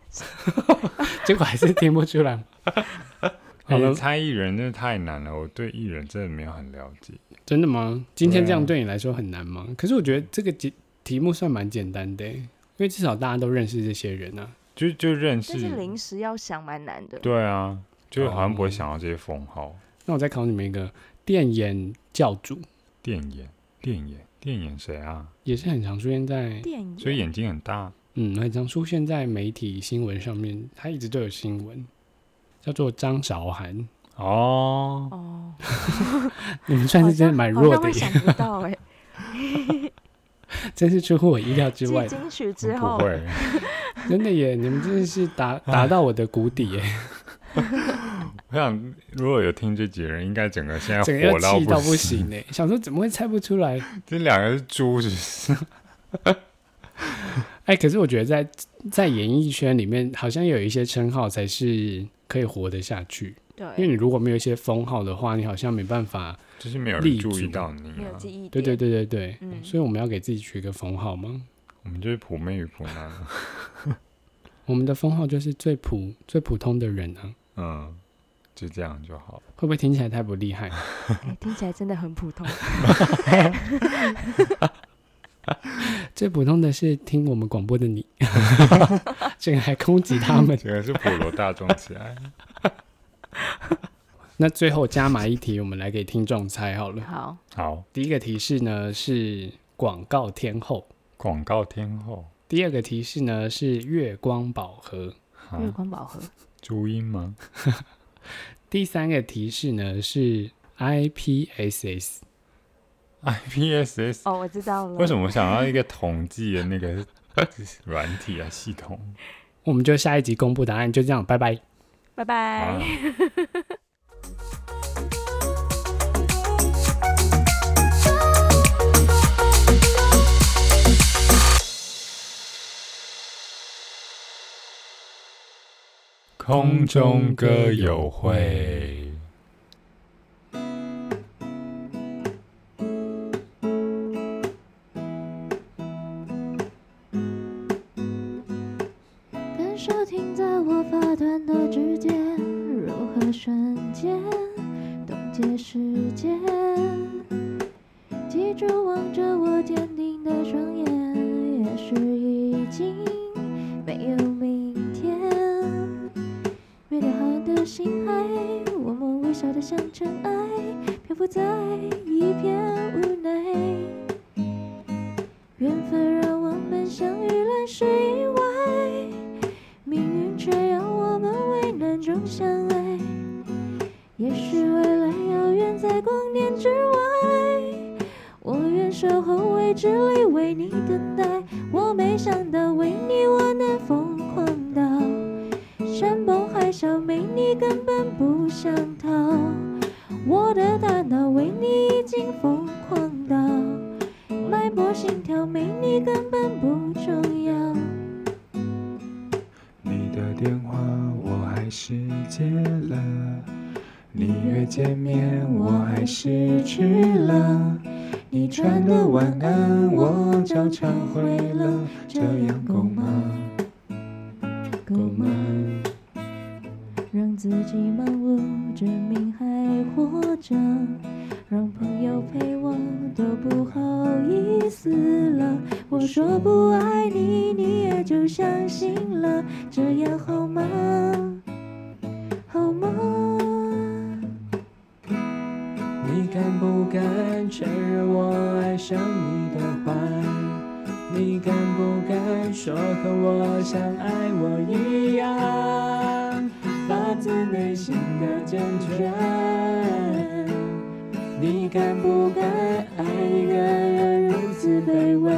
Speaker 1: 结果还是听不出来嘛。 好了
Speaker 3: 哎，猜艺人真的太难了，我对艺人真的没有很了解。
Speaker 1: 真的吗？今天这样
Speaker 3: 对
Speaker 1: 对啊你来说很难吗？可是我觉得这个题题目算蛮简单的欸，因为至少大家都认识这些人啊。
Speaker 3: 就就认识
Speaker 2: 但，是临时要想蛮难的。
Speaker 3: 对啊，就好像不
Speaker 1: 哦
Speaker 3: 会想到这些封号。
Speaker 1: 那我再考你们一个电眼教主，
Speaker 3: 电眼，电眼，电眼谁啊？
Speaker 1: 也是很常出现在
Speaker 2: 电影，
Speaker 3: 所以眼睛很大，
Speaker 1: 嗯，很常出现在媒体新闻上面，他一直都有新闻，叫做张韶涵。
Speaker 3: 哦，
Speaker 2: 哦，
Speaker 1: 你们算是真的蛮
Speaker 2: 好
Speaker 1: 弱
Speaker 2: 像
Speaker 1: 的
Speaker 2: 会
Speaker 1: 耶，
Speaker 2: 想不到哎、
Speaker 1: 真是出乎我意料 之
Speaker 2: 继
Speaker 1: 外，
Speaker 2: 金曲 之
Speaker 3: 我
Speaker 2: 后
Speaker 3: 不，会，
Speaker 1: 真的耶！你们真的是达达到我的谷底耶，
Speaker 3: 我想如果有听这几人，应该整个现在
Speaker 1: 整个要
Speaker 3: 火
Speaker 1: 气到不
Speaker 3: 不。
Speaker 1: 行呢。想说怎么会猜不出来？
Speaker 3: 这两个是猪，是不是？
Speaker 1: 哎，可是我觉得在在演艺圈里面，好像有一些称号才是可以活得下去，因为
Speaker 2: 对，
Speaker 1: 你如果没有一些封号的话，你好像没办法。
Speaker 3: 就是没有
Speaker 1: 立
Speaker 3: 人注意
Speaker 1: 足
Speaker 3: 到你、啊。
Speaker 2: 没有记忆点。
Speaker 1: 对对对对对，
Speaker 2: 嗯
Speaker 1: 所以我们要给自己取一个封号吗？
Speaker 3: 我们就是普妹与普男。
Speaker 1: 我们的封号就是最普最普通的人啊，
Speaker 3: 嗯，就这样就好。
Speaker 1: 会不会听起来太不厉害？
Speaker 2: 哎听起来真的很普 通。
Speaker 1: 最普通的是听我们广播的你， 这个还攻击他 们。
Speaker 3: 这个是普罗大众起来。
Speaker 1: 那最后加码一题，我们来给听众猜好了。
Speaker 2: 好，
Speaker 3: 好，
Speaker 1: 第一个提示呢是广告天后，
Speaker 3: 广告天后
Speaker 1: 第二个提示呢是月光宝盒，
Speaker 3: 啊，
Speaker 1: 嗯
Speaker 2: 月光宝盒，
Speaker 3: 朱茵吗？
Speaker 1: 第三个提示呢是 IPSS。
Speaker 3: IPSS，
Speaker 2: 哦，我知道了。
Speaker 3: 为什么我想到一个统计的那 个软体啊系统？
Speaker 1: 我们就下一集公布答案，就这样，拜拜。
Speaker 2: 拜
Speaker 3: 啊
Speaker 2: 拜。
Speaker 3: 空中歌友会。
Speaker 4: 感受停在我发端的指尖，柔和瞬间，冻结时间。记住望着我坚定的双眼，也许已经没有明天。没点好的心海，我们微笑的像尘埃，漂浮在一片无奈。缘分让我们相遇，乱世意外，命运却让我们危难中相爱。也许未来遥远在光年之外，我愿守候未知里为你等待。我没想到为你我能疯狂到山崩海啸，没你根本不想逃。我的大脑为你已经疯狂到。脉搏、心跳，没你根本不重要。
Speaker 5: 你的电话我还是接了，你约见面我还是去了，你传的晚安我照常回了，这样够吗？
Speaker 4: 够
Speaker 5: 够吗
Speaker 4: 吗？？让自己忙碌，证明还活着，让朋友陪我都不好意思了。我说不爱你，你也就相信了，这样好吗？好吗？
Speaker 5: 你敢不敢承认我爱上你的坏？你敢不敢说和我像爱我一样，发自内心的坚决？你敢不敢爱一个人如此卑微？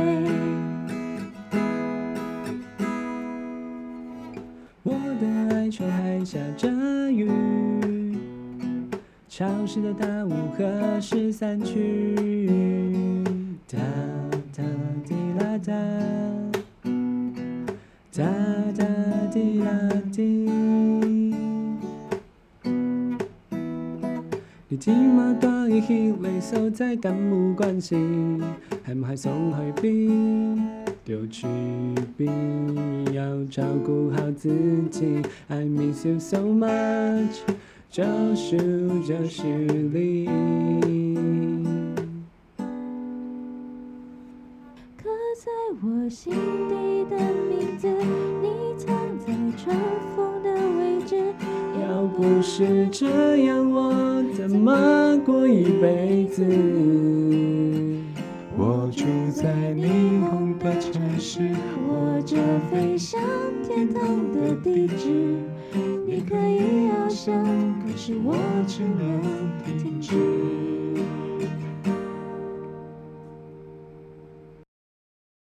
Speaker 5: 我的爱却还下着雨。时的大雾何时散去？哒哒滴啦哒，哒哒滴啦滴。你知嗎？多已竭力受擠，咁冇關事，係唔係送去邊？就去邊？要照顧好自己。I miss you so much，就是就是你。
Speaker 4: 刻在我心底的名字，你藏在重逢的位置。
Speaker 5: 要不是这样，我怎么过一辈子？我住在霓虹的城市，
Speaker 4: 我这飞上天堂的地址，你可以翱翔，可是我只能停止。